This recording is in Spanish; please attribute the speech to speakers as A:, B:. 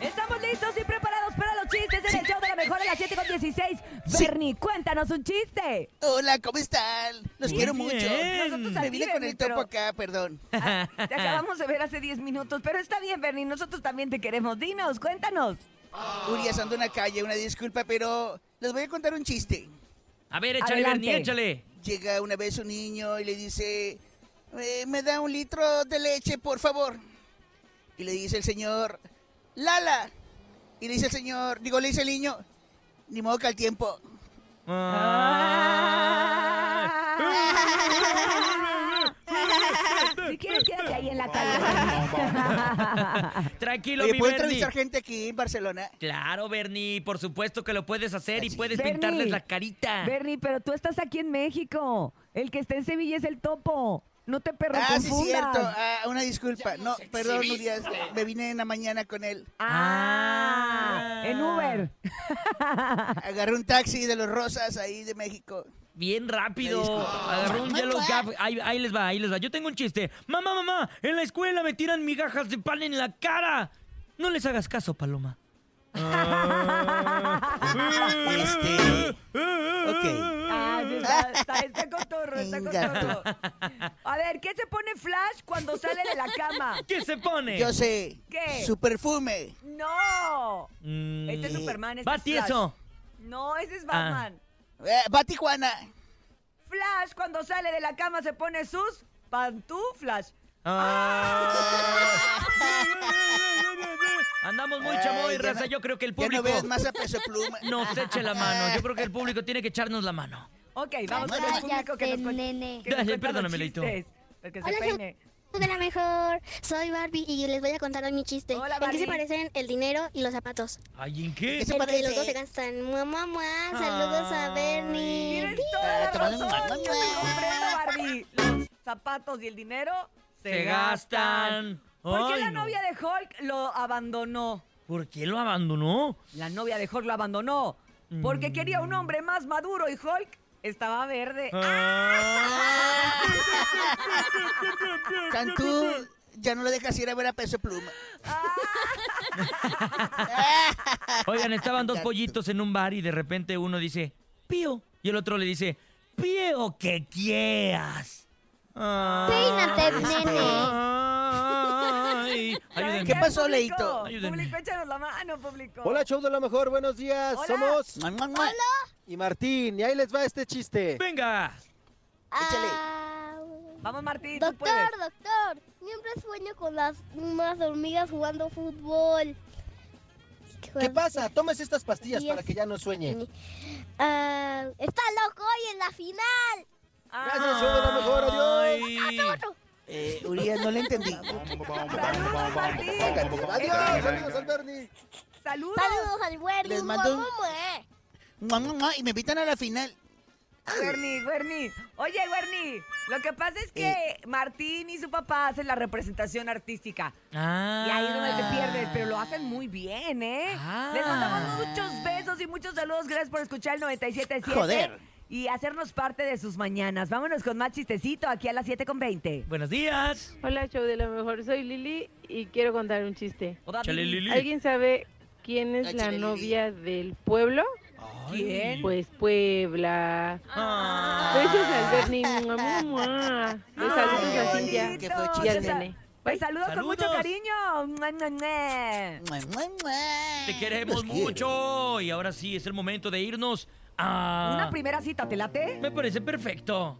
A: Estamos listos y preparados para los chistes en el show de la mejor a las 7 con 16. Bernie, cuéntanos un chiste.
B: Hola, ¿cómo están? Los
C: Muy
B: quiero
C: bien.
B: mucho.
A: Nosotros
B: Me
A: aquí,
B: vine con
A: Bernie,
B: el topo
A: pero-
B: acá, perdón.
A: Ah, Te acabamos de ver hace 10 minutos, pero está bien, Bernie. Nosotros también te queremos. Dinos, cuéntanos.
B: Urias, ando en la calle, una disculpa, pero les voy a contar un chiste.
C: A ver, échale,
A: Adelante.
C: Bernie, échale.
B: Llega una vez un niño y le dice, "Eh, me da un litro de leche, por favor. Y le dice el señor, Lala. Y le dice el señor, digo, le dice el niño, ni modo que al tiempo.
A: Si quieres, quédate ahí en la calle.
C: Tranquilo,
B: Oye,
C: mi
B: ¿puedo
C: Bernie.
B: entrevistar gente aquí en Barcelona?
C: Claro, Bernie, por supuesto que lo puedes hacer y puedes
A: Bernie.
C: pintarles la carita.
A: Bernie, pero tú estás aquí en México. El que está en Sevilla es el topo. No te perro
B: Ah, sí,
A: confundas.
B: cierto. Ah, una disculpa. No, perdón, Urias. Me vine en la mañana con él.
A: Ah,
C: Ah.
A: en Uber.
B: Agarré un taxi de los Rosas ahí de México.
C: Bien rápido.
B: Ay, disculpa.
C: Agarró un
B: Mamá.
C: yellow cab. Ahí, ahí les va, ahí les va. Yo tengo un chiste. Mamá, mamá, en la escuela me tiran migajas de pan en la cara. No les hagas caso, Paloma.
B: Ah. Este. Ok.
A: Ah, sí, está, está- está cotorro, está cotorro. A ver, ¿qué se pone Flash cuando sale de la cama?
C: ¿Qué se pone?
B: Yo sé.
A: ¿Qué?
B: Su perfume.
A: ¡No!
C: Mm.
A: Este es Superman, este
C: Va
A: es Flash.
C: tieso.
A: No, ese
C: Ah.
A: es Batman.
B: Eh, va a Tijuana.
A: Flash cuando sale de la cama se pone sus pantuflas.
C: Ah. Andamos muy
B: Ay,
C: chamoy,
B: ya
C: raza.
B: no-
C: Yo creo que el
B: Ya no
C: público
B: veas más a peso pluma.
C: nos eche la mano. Yo creo que el público tiene que echarnos la mano.
A: Ok, vamos con el público que nos
D: Cállate,
A: cuente.
D: nene.
A: que nos
C: Ay,
A: cuenta los
C: perdóname, Leito.
A: chistes, el que se
D: Hola,
A: peine.
D: De la mejor, soy Barbie y les voy a contar hoy mi chiste.
A: Hola,
D: ¿En qué
A: Barbie.
D: se parecen el dinero y los zapatos?
C: Ay, ¿en qué?
B: se
D: el que los
B: parece?
D: dos se gastan. Mua, mua, mua. Saludos
C: Ay.
D: a Bernie.
A: Tienes toda la
B: te mando
A: razón.
B: un
A: Yo te
B: beso.
A: comprendo, Barbie. Los zapatos y el dinero se,
C: Se gastan.
A: ¿Por qué
C: Ay,
A: la
C: no.
A: novia de Hulk lo abandonó?
C: ¿Por qué lo abandonó?
A: La novia de Hulk lo abandonó
C: Mm.
A: porque quería un hombre más maduro y Hulk estaba verde.
C: Ah,
B: Cantú ya no lo dejas ir a ver a peso pluma.
C: Ah. Oigan, estaban dos
B: Gato.
C: pollitos en un bar y de repente uno dice, pío. Y el otro le dice, pío que quieras. Ah.
D: Peínate, nene.
C: Ay,
A: ¿Saben
C: ayúdenme.
B: ¿Qué pasó,
A: público?
B: Leito?
C: Ayúdenme.
A: Público, échanos la mano, público.
E: Hola, show de la mejor, buenos días.
A: Hola.
E: Somos
B: Mua, mua, mua.
E: y Martín, y ahí les va este chiste.
C: Venga.
B: Échale.
D: Ah,
A: Vamos, Martín, tú puedes.
D: doctor, doctor, siempre sueño con las unas hormigas jugando fútbol. Pues,
E: ¿Qué pasa? Tomes estas pastillas
D: Pastillas.
E: para que ya no sueñe.
D: Ah, está loco hoy en la final.
A: Ah,
E: Gracias, show de la mejor, adiós.
C: Ay.
B: Eh, Urias, no le entendí.
A: Saludos, Martín.
E: Adiós, saludos al Bernie.
A: Saludos.
D: Saludos al Bernie.
B: Les mando un-
D: mua, mua,
B: Mua,
D: mua.
B: mua, mua, Y me invitan a la final.
A: Werny, Werny. Oye, Werny, lo que pasa es que
B: Eh.
A: Martín y su papá hacen la representación artística.
C: Ah.
A: Y ahí es donde te pierdes, pero lo hacen muy bien, ¿eh?
C: Ah.
A: Les mandamos muchos besos y muchos saludos. Gracias por escuchar el 97.7.
B: Joder.
A: Y hacernos parte de sus mañanas. Vámonos con más chistecito aquí a las 7.20.
C: Buenos días.
F: Hola, show de lo mejor. Soy Lili y quiero contar un chiste.
C: Chale, Lili.
F: ¿Alguien sabe quién es
B: Échale,
F: la
B: Lili.
F: novia del pueblo?
A: ¿Quién?
F: Pues Puebla.
C: Ah.
F: Besos al Bernie. Mua, mua, mua.
A: Ay,
F: Los saludos a
A: qué
F: Cintia
A: bonito.
B: Que fue
F: y al
B: chiste.
F: nene.
A: Pues saludos, con
C: Saludos.
A: mucho cariño. Mua, mua, mua.
B: Mua, mua, mua.
C: Te queremos
B: Los quiero.
C: mucho. Y ahora sí, es el momento de irnos a...
A: Una primera cita, ¿te late?
C: Me parece perfecto.